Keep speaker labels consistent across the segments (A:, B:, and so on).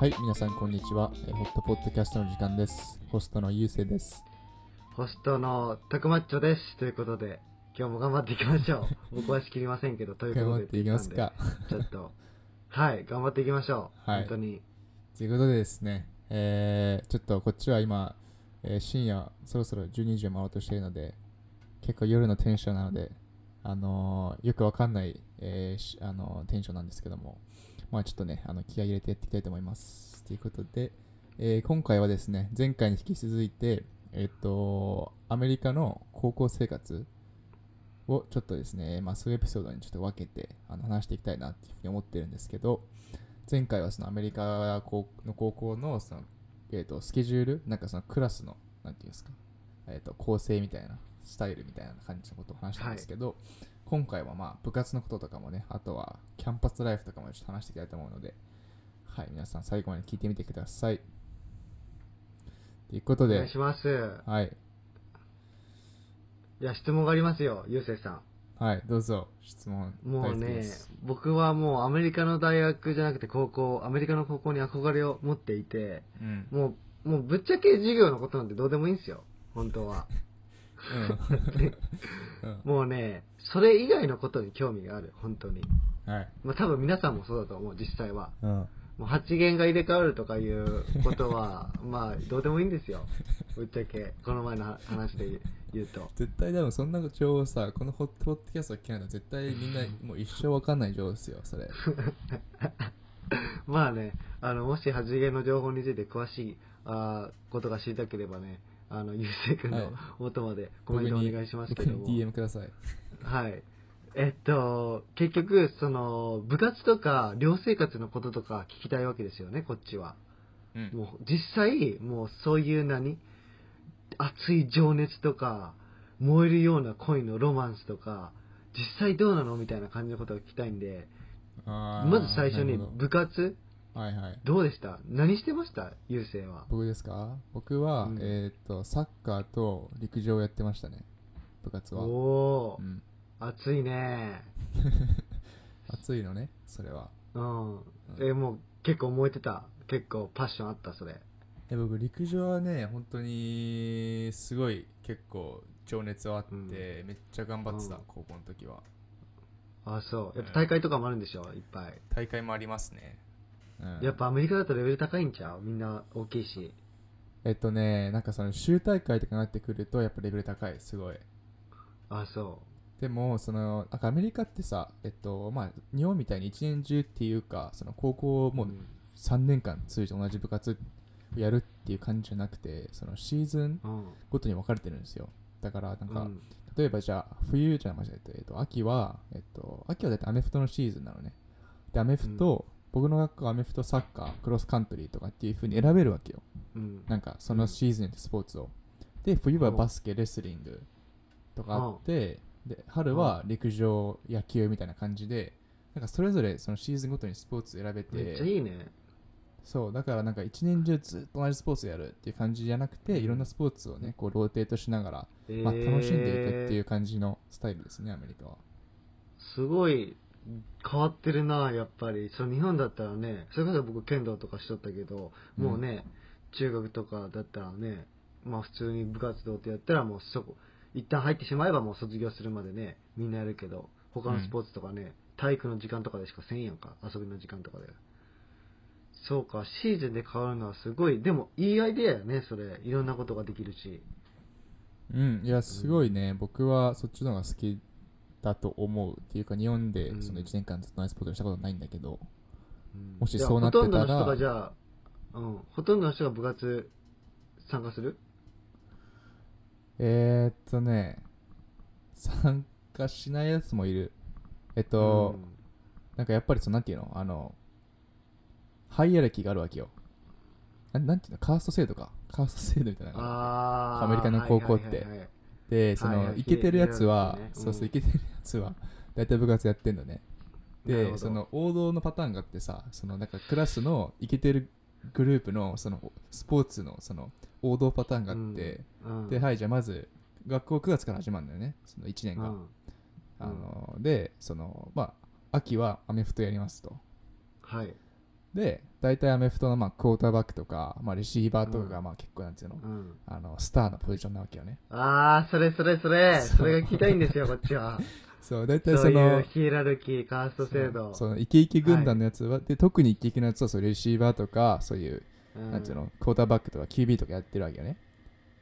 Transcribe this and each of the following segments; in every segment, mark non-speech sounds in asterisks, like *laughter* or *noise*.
A: はい、皆さんこんにちは。えーホットポッドキャストの時間です。ホストのゆうせいです。
B: ホストのたくまっちょです。ということで、今日も頑張っていきましょう。
A: *laughs*
B: 僕は仕切りませんけど、ということで。
A: 頑張っていきますか。
B: ちょっと、はい、頑張っていきましょう。
A: はい
B: 本当に。
A: ということでですね、えー、ちょっとこっちは今、えー深夜そろそろ12時を回ろうとしているので、結構夜のテンションなので、あのーよくわかんない、えーしあのーテンションなんですけども、まあちょっとね、あの気合い入れてやっていきたいと思います。ということで、えー今回はですね、前回に引き続いて、えっ、と、アメリカの高校生活をちょっとですね、まあ、そういうエピソードにちょっと分けてあの話していきたいなっていうふうに思ってるんですけど、前回はそのアメリカ高の高校のその、えー、とスケジュール、なんかそのクラスの、なんていうんですか、えー、と構成みたいな、スタイルみたいな感じのことを話したんですけど、今回はまあ部活のこととかもね、あとはキャンパスライフとかもちょっと話していきたいと思うので、はい、皆さん最後まで聞いてみてください。ということ
B: お
A: で、
B: 願いします。
A: はい、
B: いや、質問がありますよ、ゆうせいさ
A: はい、どうぞ、質問
B: ん。もう
A: 大好きで
B: ね
A: す、
B: 僕はもうアメリカの大学じゃなくて高校、アメリカの高校に憧れを持っていて、
A: うん。
B: もう、もうぶっちゃけ授業のことなんてどうでもいいんですよ。本当は。 *laughs*
A: うん
B: もうね、それ以外のことに興味がある、本当に。
A: うん。はい。
B: まあ多分皆さんもそうだと思う、実際は。
A: うん。
B: もう発言が入れ替わるとかいうことは、 *laughs* まあ、どうでもいいんですよ。ぶっちゃけ、この前の話で言うと。
A: 絶対多分そんな情報さ、このホットポッドキャストを聞けないと絶対みんなもう一生わかんない情報ですよ、それ。
B: まあね、あの、もし発言の情報について詳しいあーことが知りたければね、あの、ゆうせいくん
A: はい
B: の元までコメントお願いしますけども。
A: 僕に DM ください。
B: はい。えっと、結局、その、部活とか、寮生活のこととか聞きたいわけですよね、こっちは。
A: うん。
B: もう実際、もうそういう何熱い情熱とか、燃えるような恋のロマンスとか、実際どうなのみたいな感じのことを聞きたいんで、
A: あー
B: まず最初
A: な
B: に
A: るほど
B: 部活、
A: はいはい。
B: どうでした何してました優勢は。
A: 僕ですか僕は、
B: うん
A: えーっと、サッカーと陸上をやってましたね、部活
B: お
A: は。
B: お
A: う
B: ー、
A: ん。
B: 熱いね。
A: 熱いのね、それは。
B: うん。え、もう結構燃えてた。結構パッションあった、それ。
A: え僕陸上はね本当にすごい結構情熱はあって、
B: うん
A: めっちゃ頑張ってた、
B: うん
A: 高校の時は
B: あ、そう。やっぱ大会とかもあるんでしょいっぱい。
A: 大会もありますね、うん
B: やっぱアメリカだとレベル高いんちゃうみんな大きいし。
A: えっとねなんかその州大会とかになってくるとやっぱレベル高いすごい
B: あ、そ
A: でもそのなんかアメリカってさえっとまあ日本みたいに一年中っていうかその高校
B: う。
A: もう3年間通じて同じ部活をやるっていう感じじゃなくてそのシーズン
B: うん。
A: ごとに分かれてるんですよだからなん
B: うん。
A: か、例えばじゃあ、冬じゃ間違えて、えっと、秋は、えっと、秋はだってアメフトのシーズンなのね。で、アメフト、僕の学校はアメフト、サッカー、クロスカントリーとかっていう風に選べるわけよ。
B: うん。
A: なんか、そのシーズンでスポーツを。で、冬はバスケ、レスリングとかあって、で、春は陸上、野球みたいな感じで、なんかそれぞれそのシーズンごとにスポーツ選べて、
B: めっちゃいいね。
A: そうだからなんか一年中ずっと同じスポーツやるっていう感じじゃなくて、いろんなスポーツをねこうローテートしながらまあ、
B: えー
A: 楽しんでいくっていう感じのスタイルですね、アメリカは。
B: すごい変わってるなやっぱりその日本だったらねそれこそ僕剣道とかしとったけどもうね、中学とかだったらねまあ普通に部活動ってやったらもうそこ一旦入ってしまえばもう卒業するまでねみんなやるけど他のスポーツとかね、体育の時間とかでしかせんやんか遊びの時間とかでそうかシーズンで変わるのはすごいでもいいアイデアやねそれいろんなことができるし
A: うん、いや、すごいね、僕はそっちの方が好きだと思うっていうか、日本で
B: うん
A: その1年間ずっとナイスポーツをしたことないんだけど、も
B: も
A: しそうなってたら
B: ほとんどの人がじゃあ、うん、ほとんどの人が部活参加する
A: えー、っとね、参加しないやつもいる。えっと、なんかやっぱりその、なんていうの、あの、ハイアラキーがあるわけよ。なんなんていうの、カースト制度か。カースト制度みたいなのがあって
B: あー
A: アメリカの高校って
B: はいはいはいはい
A: で、そ
B: はいは
A: の、
B: い
A: イケてるやつは
B: ヒレヒレ、
A: そうそう、
B: うん
A: イケてるやつは、大体部活やってんのね。
B: なるほ
A: で、
B: ど
A: その、王道のパターンがあってさ、その、なんかクラスのイケてるグループのそのスポーツのその王道パターンがあって、
B: うん
A: ではいじゃあまず学校9月から始まるんだよねその1年
B: う
A: が、
B: ん
A: あのでそのまあ秋はアメフトやりますと
B: はい
A: で大体アメフトのまあクォーターバックとか、まあ、レシーバーとか
B: う
A: がまあ結構なんていうの,、
B: うん
A: あのスターのポジションなわけよね
B: ああそれそれそれ
A: そう
B: それが聞きたいんですよこっ
A: *laughs*
B: ちは
A: そう大
B: そ
A: 体
B: う
A: そ
B: い
A: の
B: うヒエラルキーカースト制度
A: そうイケイケ軍団のやつは、で特にイケイケのやつはそうレシーバーとかそういう、
B: うん
A: なんていうのクォーターバックとか QB とかやってるわけよね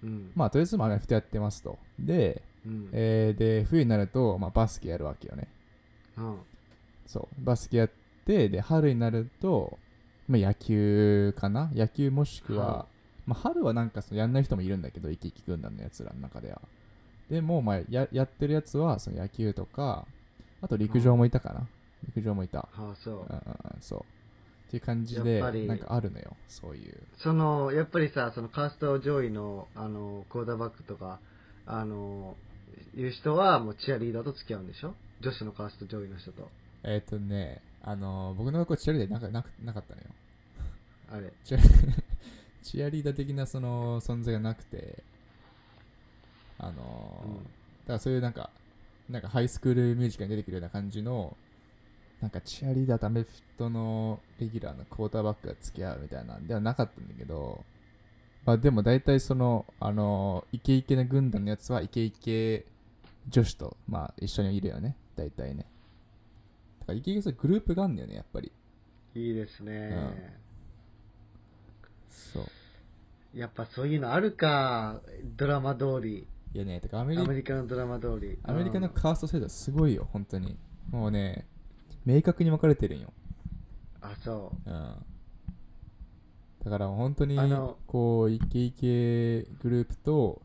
B: うん
A: まあとりあえずまあアメフトやってますとで、
B: うん
A: えーで冬になると、まあ、バスケやるわけよね
B: うん
A: そうバスケやってで春になると、まあ、野球かな野球もしくは、
B: は
A: まあ、春はなんかそのやんない人もいるんだけどイキイキ軍団のやつらの中ではでもまあややってるやつはその野球とかあと陸上もいたかな、陸上もいた
B: ああそう
A: うんうんうんそうっていう感じで
B: やっぱり
A: なんかあるのよそういう
B: そのやっぱりさそのカースト上位のあのクォーターバックとかあのいう人はもうチアリーダーと付き合うんでしょ女子のカースト上位の人と
A: えっ、とねあのー僕の学校チアリーダーなんかなくなかったのよ
B: あれ
A: チアチアリーダー的なその存在がなくてあのー、
B: うん
A: だからそういうなんかなんかハイスクールミュージカルに出てくるような感じのなんかチアリーダーとアメフトのレギュラーのクォーターバックが付き合うみたいなんではなかったんだけどまあでも大体そのあのーイケイケな軍団のやつはイケイケ女子とまあ一緒にいるよね大体ねだからイケイケするグループがあるんだよねやっぱり
B: いいですね、
A: そう
B: やっぱそういうのあるかドラマ通り
A: いやねだからアメリ
B: ア
A: カ
B: メリカのドラマ通り
A: アメリカのカースト制度はすごいよ、本当に。もうね、明確に分かれてるんよ。
B: あそ
A: うん。だから本当に
B: あの、
A: こう、イケイケグループと、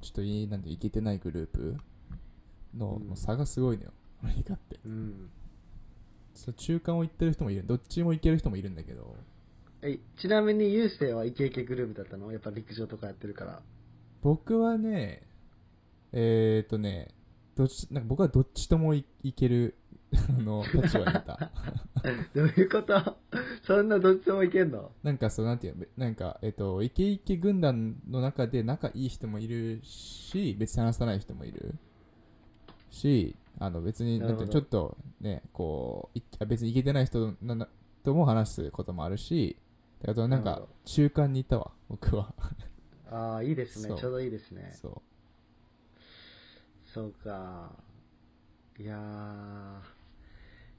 A: ちょっといい、なんで、イケてないグループの,、
B: うん
A: の差がすごいのよ、アメリカって。
B: ううん
A: そう中間を言ってる人もいる、どっちもいける人もいるんだけど、
B: えちなみにユーステはイケイケグループだったのやっぱ陸上とかやってるから
A: 僕はね、えーとね、どっちなんか僕はどっちともいいけるあの立場にいた。
B: どういうこと *laughs* そんなどっちでもいけんの
A: なんかそうなんていうのべなんかえっとイケイケ軍団の中で仲いい人もいるし別に話さない人もいるしあの別になんていうの
B: な
A: ちょ
B: る
A: っ
B: ほ
A: とねこういあ別にイケてない人ななとも話すこともあるしだからそのなん
B: なる
A: か
B: ほど
A: 中間にいたわ僕は
B: ああいいですね
A: そう
B: ちょうどいいですね
A: *laughs* そ
B: そうか。いや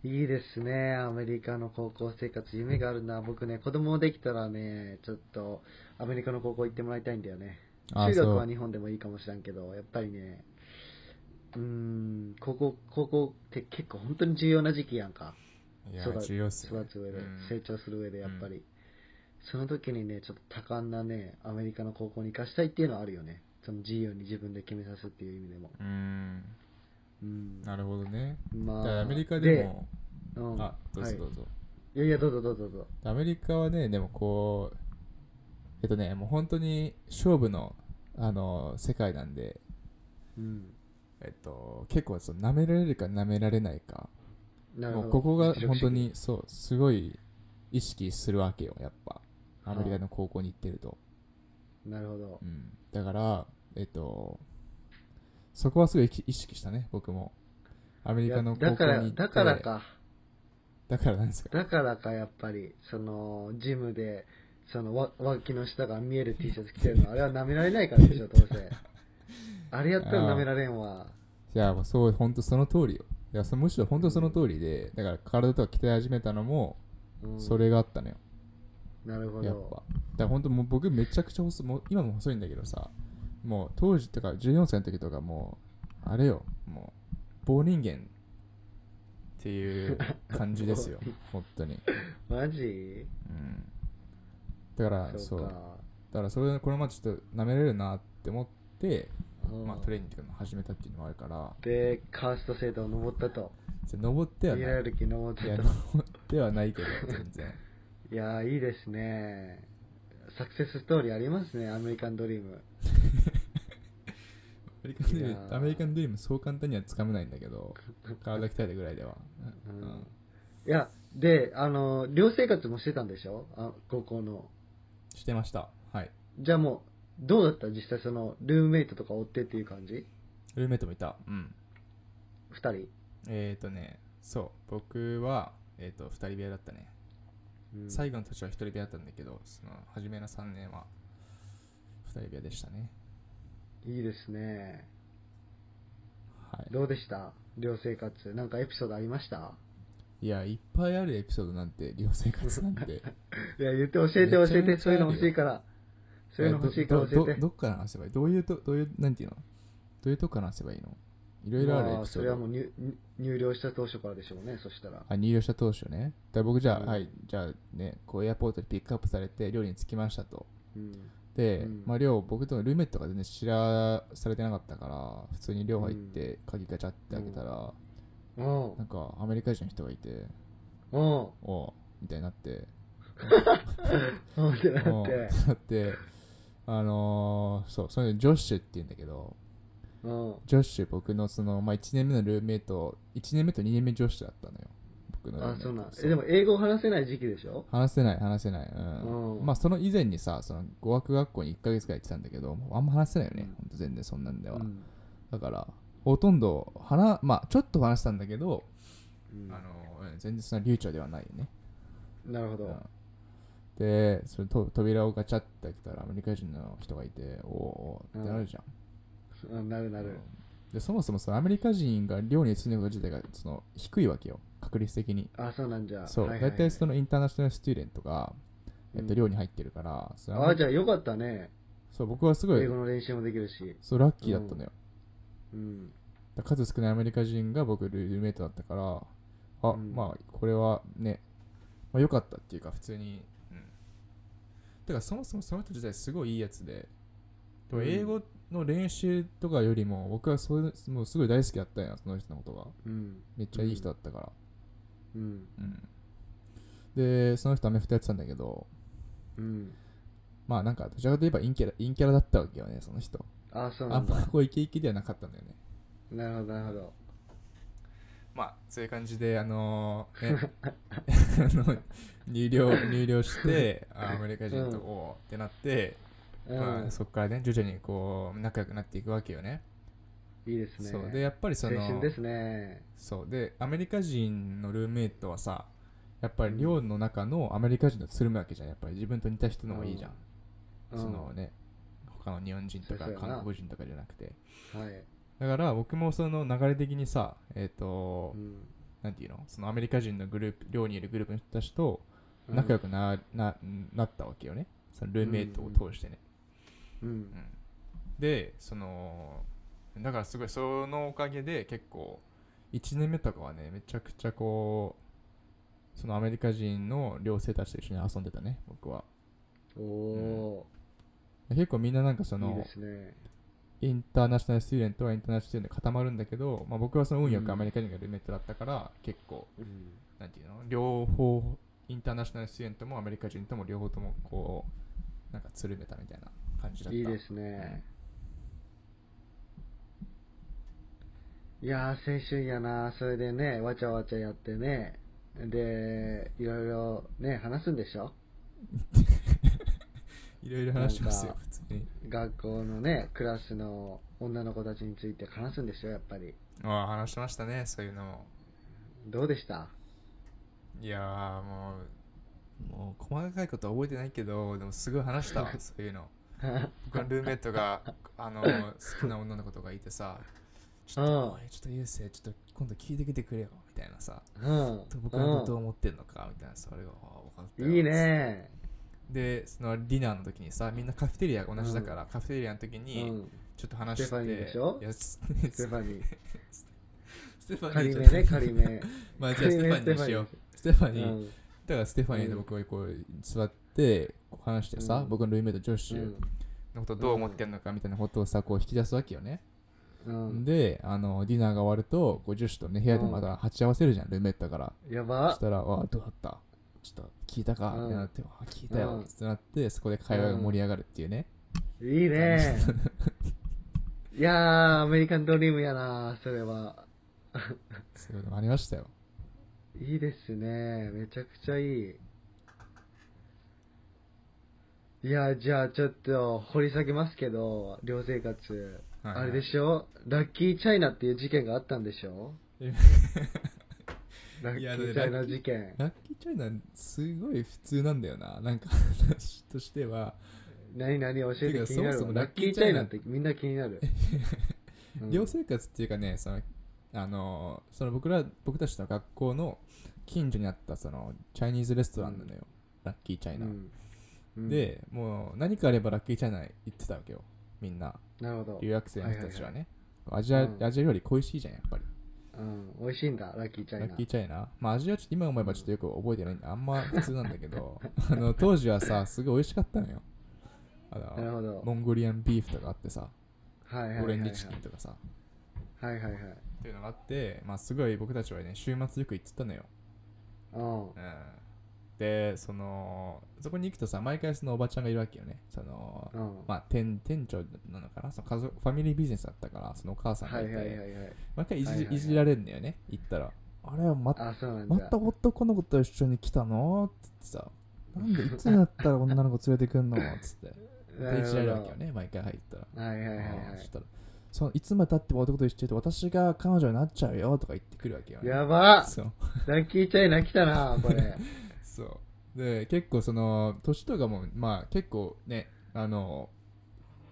B: ー、いいですね、アメリカの高校生活、夢があるな。僕ね、子供できたらね、ちょっとアメリカの高校行ってもらいたいんだよね。
A: うあ
B: 中
A: そ
B: 学は
A: う
B: 日本でもいいかもしれんけど、やっぱりね、うーん、高校、高校って結構本当に重要な時期やんか。
A: いや
B: 育
A: 重要っすよ
B: 育つ上で、
A: うん
B: 成長する上でやっぱり。その時にね、ちょっと多感なね、アメリカの高校に行かしたいっていうのはあるよね。その自由に自分で決めさすっていう意味でも。
A: うーん
B: うん。
A: なるほどねだ
B: ま
A: から
B: あ、
A: アメリカでも
B: で、うん、
A: あどうぞど
B: は
A: うぞ、
B: い、いやいや、どうぞどうぞどうぞ。
A: アメリカはね、でもこう、えっとね、もう本当に勝負のあの世界なんで、
B: うん。
A: えっと、結構その舐められるか舐められないか、
B: なるほ
A: も
B: ど。
A: うここが本当にそう、すごい意識するわけよ、やっぱ、アメリカの高校に行ってると。
B: なるほど
A: う。ん、だから、えっと、そこはすごい意識意識したね、僕も。アメリカの
B: いや
A: 高
B: だ
A: 校
B: か
A: に
B: ら、
A: 行って
B: だからか。
A: だからなんですか。
B: だからか、やっぱり、その、ジムで、その、わ脇の下が見える T シャツ着てるの、あれは舐められないから
A: *laughs*
B: でしょ、どうせ。あれやったら舐められんわ。
A: いや、もうそう、本当その通りよ。いや、そむしろ本当その通りで、だから体とか鍛え始めたのも、
B: うん、
A: それがあったのよ、
B: なるほ
A: やっ
B: ど。
A: ぱ。だから本当もう僕めちゃくちゃ細い、もう今も細いんだけどさ、もう当時とか14歳の時とかもう、あれよ、もう、棒人間っていう感じです *laughs* よ、本当に。
B: マジ
A: うん。だから、そう
B: そう
A: だ
B: か。
A: からそれ、このままちょっと舐めれるなって思って、
B: うん
A: まあトレーニングとかも始めたっていうのもあるから、で
B: で、カースト制度を登ったと。
A: それ登って
B: ヒ
A: は
B: エ
A: ない。
B: ラルキー登
A: い
B: っ
A: や、 *laughs*
B: た
A: で
B: と。
A: はないけど、全然。
B: いやーいいですね。サクセスストーリーありますね、アメリカンドリーム。
A: アメリカンドリ
B: いや
A: ーム、
B: ー
A: アメリカン
B: *laughs*
A: ドリームそう簡単にはつかめないんだけど、体鍛えたぐらいでは。
B: う
A: うんん。
B: いや、で、あの、寮生活もしてたんでしょあ高校の。
A: してました。はい。
B: じゃあもう、どうだった実際その、ルームメイトとか追ってっていう感じ
A: ルームメイトもいた。うん。
B: 二人。
A: えっ、ー、とね、そう、僕は、えっ、と、二人部屋だったね。
B: うん
A: 最後の年は一人部屋だったんだけど、その、初めの3年は、二人部屋でしたね。
B: いいですね。
A: はい。
B: どうでした寮生活。なんかエピソードありました
A: いや、いっぱいあるエピソードなんて、寮生活なんて。
B: いや、言って教えて教
A: め
B: え
A: ちゃ
B: て。そう
A: め
B: い
A: ち
B: う
A: ゃあるよ
B: の欲しいから。 *laughs* そういうの欲しいから
A: ど
B: 教
A: ど
B: え
A: ど
B: て。
A: どっから話せばいいどういうと、どういう、なんていうのどういうとこから話せばいいのいろいろあるエ
B: まあ
A: ピソ
B: そ
A: ー
B: れ
A: ド。
B: はもう入入寮した当初からでしょうね、そしたら。
A: あ入寮した当初ね。だから僕じゃあ、
B: うん
A: はい、じゃあね、こうエアポートでピックアップされて、寮に着きましたと。
B: うん。
A: で、
B: うん
A: まあ寮、僕とのルーメットが全然知らされてなかったから、普通に寮入って、鍵ガチャって開けたら、
B: おう
A: なんかアメリカ人の人がいて、
B: おう
A: おうみたいになって、
B: おうって *laughs* な
A: お
B: っ
A: う
B: て。
A: なって、あのー、そう、それでジョッシュって言うんだけど、
B: おう
A: ジョッシュ、僕のその、まあ、1年目のルーメイト、1年目と2年目ジョッシュだったのよ。僕のルーメ
B: あ
A: イ、ト。
B: そうなん。
A: そう
B: え、でも英語話せない時期でしょ
A: 話せない、話せない。うん。
B: うん
A: まあ、その以前にさ、その語学学校に1ヶ月ぐらい行ってたんだけど、もうあんま話せないよね。
B: うん
A: ほんと全然そんなんでは。
B: うん
A: だから、ほとんど、話、まあ、ちょっと話したんだけど、
B: うん
A: あの、うん全然そんな流暢ではないよね。
B: なるほ
A: うん
B: ど。
A: で、それと扉をガチャって開けたら、アメリカ人の人がいて、おーおーってなるじゃん。
B: うんなるなる。
A: でそもそもそのアメリカ人が寮に住んでること自体がその低いわけよ、確率的に。
B: あ、そうなんじゃ。
A: そう、
B: はいはい
A: 大体そのインターナショナルスチューデントが、えっ
B: う
A: と、
B: ん
A: 寮に入ってるから、その
B: あ、じゃあよかったね。
A: そう僕はすごい
B: 英語の練習もできるし。
A: そうラッキーだったのよ。
B: うん。
A: だから数少ないアメリカ人が僕、ルームメイトだったから、あ、
B: うん
A: まあ、これはね、まあ、良かったっていうか、普通に。うん。てか、そもそもその人自体すごいいいやつで、でも
B: うん
A: 英語の練習とかよりも、僕はそうもうすごい大好きだったんや、その人のことが。
B: うん。
A: めっちゃいい人だったから。
B: うん。
A: うんで、その人アメフトやってたんだけど、
B: うん。
A: まあなんか、どちらかといえば陰キャラ陰キャラだったわけよね、その人。
B: あ、そう
A: あ
B: なんんだ。
A: まこうイケイケではなかったんだよね。
B: なるほど、なるほど。
A: まあ、そういう感じで、あの
B: *laughs*
A: ーねあの入寮、入寮して、あアメリカ人と、
B: うん
A: おーってなって、ま
B: う
A: あ、そこからね、徐々にこう、仲良くなっていくわけよね。
B: ん。いいですね。
A: そうで、やっぱりそ
B: 青
A: の、
B: 春ですね。
A: そうで、アメリカ人のルームメイトはさ、やっぱり寮の中のアメリカ人とつるむわけじゃん。やっぱり自分と似た人の方がいいじゃん。
B: うん
A: そのね、他の日本人とか
B: そうそうやな
A: 韓国人とかじゃなくて。
B: はい。
A: だから僕もその流れ的にさ、えっ、と、
B: うん
A: なんていうのそのアメリカ人のグループ、寮にいるグループの人たちと仲良くな,、ななったわけよね。そのルームメイトを通してね。
B: うん
A: うんで、その、だからすごい、そのおかげで結構、1年目とかはね、めちゃくちゃこう、そのアメリカ人の寮生たちと一緒に遊んでたね、僕は。
B: おお
A: 結構みんななんか
B: ー、
A: そ
B: いい
A: の
B: で、すね。
A: インターナショナルスチューデントはインターナショナルスチューデントで固まるんだけど、まあ、僕はその運よ
B: うん
A: くアメリカ人がルーメイトだったから、結構
B: うん
A: なんていうの両方インターナショナルスチューデントもアメリカ人とも両方ともこうなんかつるめたみたいな感じだった
B: いいですね。いやー、青春やな。それでね、わちゃわちゃやってね。で、いろいろね、話すんでしょ
A: *laughs* いろいろ話しますよ
B: なんか
A: 普通に
B: 学校のね、クラスの女の子たちについて話すんでしょやっぱり。
A: ああ話してましたねそういうのも
B: どうでした *laughs*
A: いやーもうもう細かいことは覚えてないけどでもすごい話 *laughs* したわそういうの僕のルーメイトがあの好きな女の子とかいてさちょっ
B: うん
A: と、おいちょっと、ゆうせい、ちょっと、今度聞いてきてくれよ、みたいなさ。
B: うん
A: と僕のことを思ってんのか、みたいな、それが、あ分かったよ
B: うんいい。ね。
A: で、そのディナーの時にさ、みんなカフェテリアが同じだから、カフェテリアの時
B: う
A: に、
B: ん。
A: ちょっと話して、
B: ステファニーでしょ
A: い
B: *laughs*
A: やス
B: ステファニー。
A: ステファニ
B: 仮
A: ーじ
B: 名
A: ゃな
B: ね、
A: い
B: 仮名。
A: *laughs* まあ、じゃあステファニーにしよう。ステファニー。
B: うん
A: だからステファニーと僕はこう座って、こう話してさ、
B: うん
A: 僕のルイメイト、ジョッ
B: う
A: シュ
B: ん
A: のことどう思ってんのかみたいなことをさ、こう引き出すわけよね。
B: うん。
A: で、あの、ディナーが終わると、こう、ジョッシュとね、部屋でまた鉢合わせるじゃん、ルイメイトだから。
B: や
A: そ
B: ば
A: し。たら、わあ、どうだったちょっと聞いたか
B: うん
A: ってなって、わあ、聞いた
B: う
A: よ
B: ん
A: ってなって、そこで会話が盛り上がるっていうね。
B: いいね。
A: *laughs*
B: いやー、アメリカンドリームやな、それは。
A: そういうのもありましたよ。
B: いいですね。めちゃくちゃいい。いや、じゃあちょっと掘り下げますけど、寮生活。
A: はいはい
B: あれでしょラッキーチャイナっていう事件があったんでしょ
A: え
B: ラッキ
A: いや
B: ーチャイナ
A: ラッキー
B: 事件。
A: *laughs* ラッキーチャイナすごい普通なんだよななんか話としては
B: 何何教え
A: て
B: て
A: か
B: 気になるわ
A: そもそも
B: ラ
A: ラ
B: ッ
A: ッ
B: キ
A: キ
B: ー
A: ー
B: チ
A: チ
B: ャ
A: ャ
B: イ
A: イ
B: ナ
A: ナ
B: ってみんな気になる。うん
A: 寮生活っていうかねそのあのその僕ら僕たちの学校の近所にあったそのチャイニーズレストランなのよ、ラッキーチャイナ、
B: うんうん
A: でもう何かあればラッキーチャイナ行ってたわけよみんな
B: なるほど。
A: 留学生の人たちはね、
B: はい
A: アジ
B: うん
A: アアジア料理恋しいじゃんやっぱり
B: うん、美味しいんだ、ラッキーチャイ
A: ラ
B: ナ。
A: ッキーチャイナまあ味はちょっと今思えばちょっとよく覚えてないんであんま普通なんだけ
B: *laughs*
A: どあの当時はさすごい美味しかったのよあ
B: なる
A: の
B: ほど。
A: モンゴリアンビーフとかあってさ
B: はいはいはい、はい。
A: オレンジチキンとかさっ
B: はいはいはい。
A: ていうのがあってまあすごい僕たちはね週末よく行ってたのよ、
B: うん。
A: うん、でそのそこに行くとさ毎回そのおばちゃんがいるわけよねその
B: うん。
A: まあ店店長なのかなその家族ファミリービジネスだったからそのお母さんが
B: はい
A: い
B: はい
A: て、
B: はいはい。
A: 毎回いじ,、
B: はいいはいはい
A: じられるんだよね行ったらあれはま
B: あ、そうなんだ。
A: また男の子と一緒に来たのって言ってさ、なんでいつになったら女の子連れてくんのっつって。
B: なる
A: で、
B: ほ
A: い
B: ど
A: じられるわけよね、毎回入ったら。
B: はいはいはいは
A: あーそしたら、そのいつまでたっても男と一緒で私が彼女になっちゃうよとか言ってくるわけよ、
B: い。
A: ね。
B: やばっ
A: そう。
B: ラッキーチャイナ来たな、
A: *laughs*
B: これ。
A: そう。で、結構その、年とかも、まあ結構ね、あの、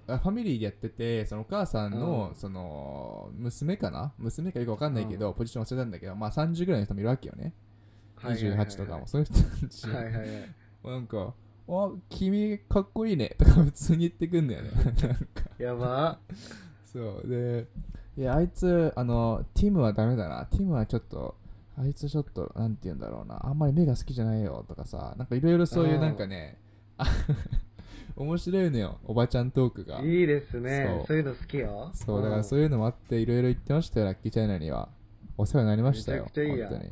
A: あファミリーでやってて、そのお母さんの、
B: うん
A: その、娘かな娘かよくわかんないけど、ポジション忘れたんだけど、まあ30ぐらいの人もいるわけよね。28とかも、そういう人たち。
B: はいはいはい。はいはいはい。
A: なんか、あ、君かっこいいねと *laughs* か普通に言ってくんだよね。 *laughs* なんか、
B: やば
A: そう。で、いや、あいつ、あの、ティムはダメだな。ティムはちょっと、あいつちょっと、なんて言うんだろうな。あんまり目が好きじゃないよとかさ、なんかいろいろそういう
B: あー
A: なんかね、 *laughs* あ面白いのよ、おばちゃんトークが
B: っ。。いいですね
A: そ。う
B: そういうの好きよ。
A: そう、だからそう
B: いう。
A: いうのもあって、いろいろ言ってましたよ、ラッキーチャイナには。お世話になりましたよ。
B: めちゃくちゃいいやん
A: 本当に。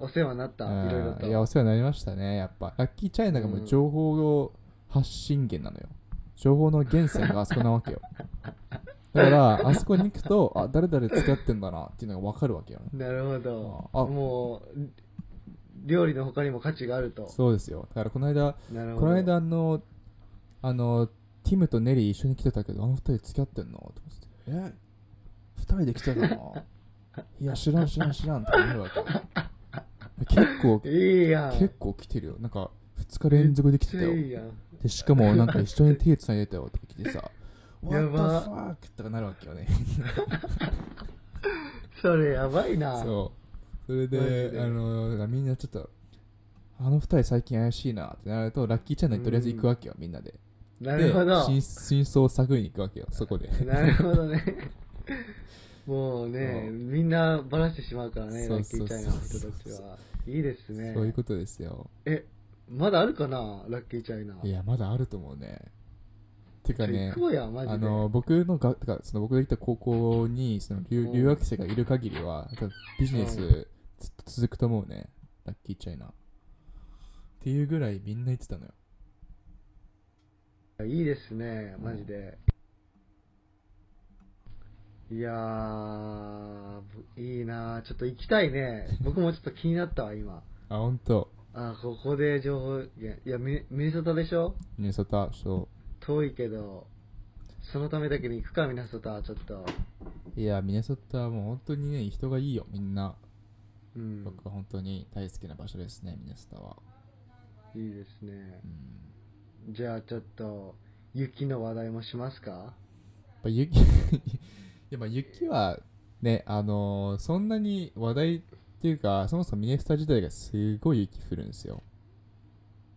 B: お世話になった、
A: うん
B: いろいろと。
A: いや、お世話になりましたね、やっぱ。ラッキーチャイナがもう情報を発信源なのよ。情報の源泉があそこなわけよ。 *laughs* だから、あそこに行くと、あ、誰々使ってんだなっていうのが分かるわけよね。
B: なるほど。
A: あ
B: もう、料理の他にも価値があると。
A: そうですよ。だから、この間、
B: なるほ
A: こ
B: ど。
A: の間、あの、あの、ティムとネリー一緒に来てたけど、あの二人付き合ってんのとかって。え二人で来てたのいや、知らん、知らん、知らんって思うわけよ。結構、
B: いいやん。
A: 結構来てるよ。なんか、二日連続で来てたよ。
B: めっちゃいいやん。
A: でしかもなんか一緒に手つないでたよとか来てさ「
B: *laughs* や
A: What the
B: ば
A: fuck?」とかなるわけよね
B: それやばいな。
A: *laughs* そうそれ
B: マ
A: で
B: ジで
A: あのだからみんなちょっとあの二人最近怪しいなってなるとラッキーチャンネルにとりあえず行くわけよみんなで
B: なる
A: で
B: ほど。
A: 真真相を探りに行くわけよそこで
B: なるほど
A: *laughs*
B: ね。もうね、
A: そう
B: みんなバラしてしまうからね、
A: そ
B: ラ
A: う
B: ッキ
A: そ
B: ー
A: う
B: チ
A: そう
B: ャイナの人たちは。いいですね。
A: そういうことですよ
B: え、まだあるかな、ラッキーチャイナ。
A: いやまだあると思うねてかね
B: 行こうや、マジで。
A: あの僕のがてかその僕が行った高校にその留
B: うん
A: 留学生がいる限りは多分ビジネスずっと続くと思うね、ラッキーチャイナっていうぐらいみんな言ってたのよ
B: いいですね、マジで。いやー、ぶいいなーちょっと行きたいね。僕もちょっと気になったわ、今。
A: あ本当
B: あー、ここで情報源。いや、ミミネソタでしょ
A: ミネソタそ
B: 遠いけど、そのためだけに行くか、ミネソタ、ちょっと。
A: ういやミネソタはもう本当にね人がいいよみんな、
B: うん。
A: 僕は本当に大好きな場所ですねミネソタは、
B: いいですね
A: う。ん、
B: じゃあちょっと、雪の話題もしますか
A: やっぱ雪い *laughs* やまあ雪はねあのーそんなに話題っていうかそもそもミネソタ自体がすごい雪降るんですよ、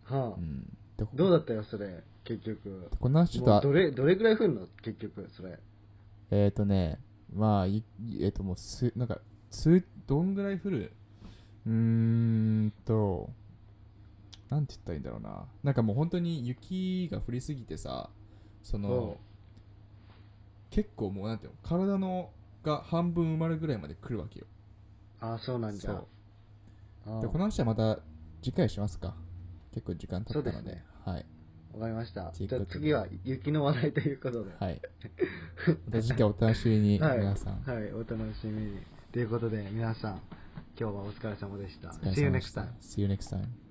B: は
A: う
B: あ、
A: ん、で
B: どうだったよ、それ、結局。
A: この話ちょっ
B: もう
A: と
B: どれ、どれくらい降るの結局、それ。
A: えっ、ー、とね、まあ、いえっ、ともうす、なんか、す、どんぐらい降るうーんと、なんて言ったらいいんだろうな。なんかもう本当に雪が降りすぎてさ、その、結構もうなんていうの、体のが半分埋まるぐらいまで来るわけよ。
B: ああ、そうなんじゃ。
A: そう
B: ああ
A: でこの話はまた次回しますか。結構時間経った
B: そ
A: の
B: う
A: で、
B: ですね
A: はい。
B: わかりました。
A: とい
B: じ
A: うこ
B: ゃ
A: と
B: あ
A: で
B: 次は雪の話題ということで。
A: はい。
B: *laughs*
A: また次回お楽しみに、
B: はい
A: 皆さん。
B: はい、お楽しみに。ということで、皆さん、今日はお疲れ様でした。
A: お疲
B: See
A: れ
B: you
A: 様で
B: next
A: した
B: time.
A: See you next time.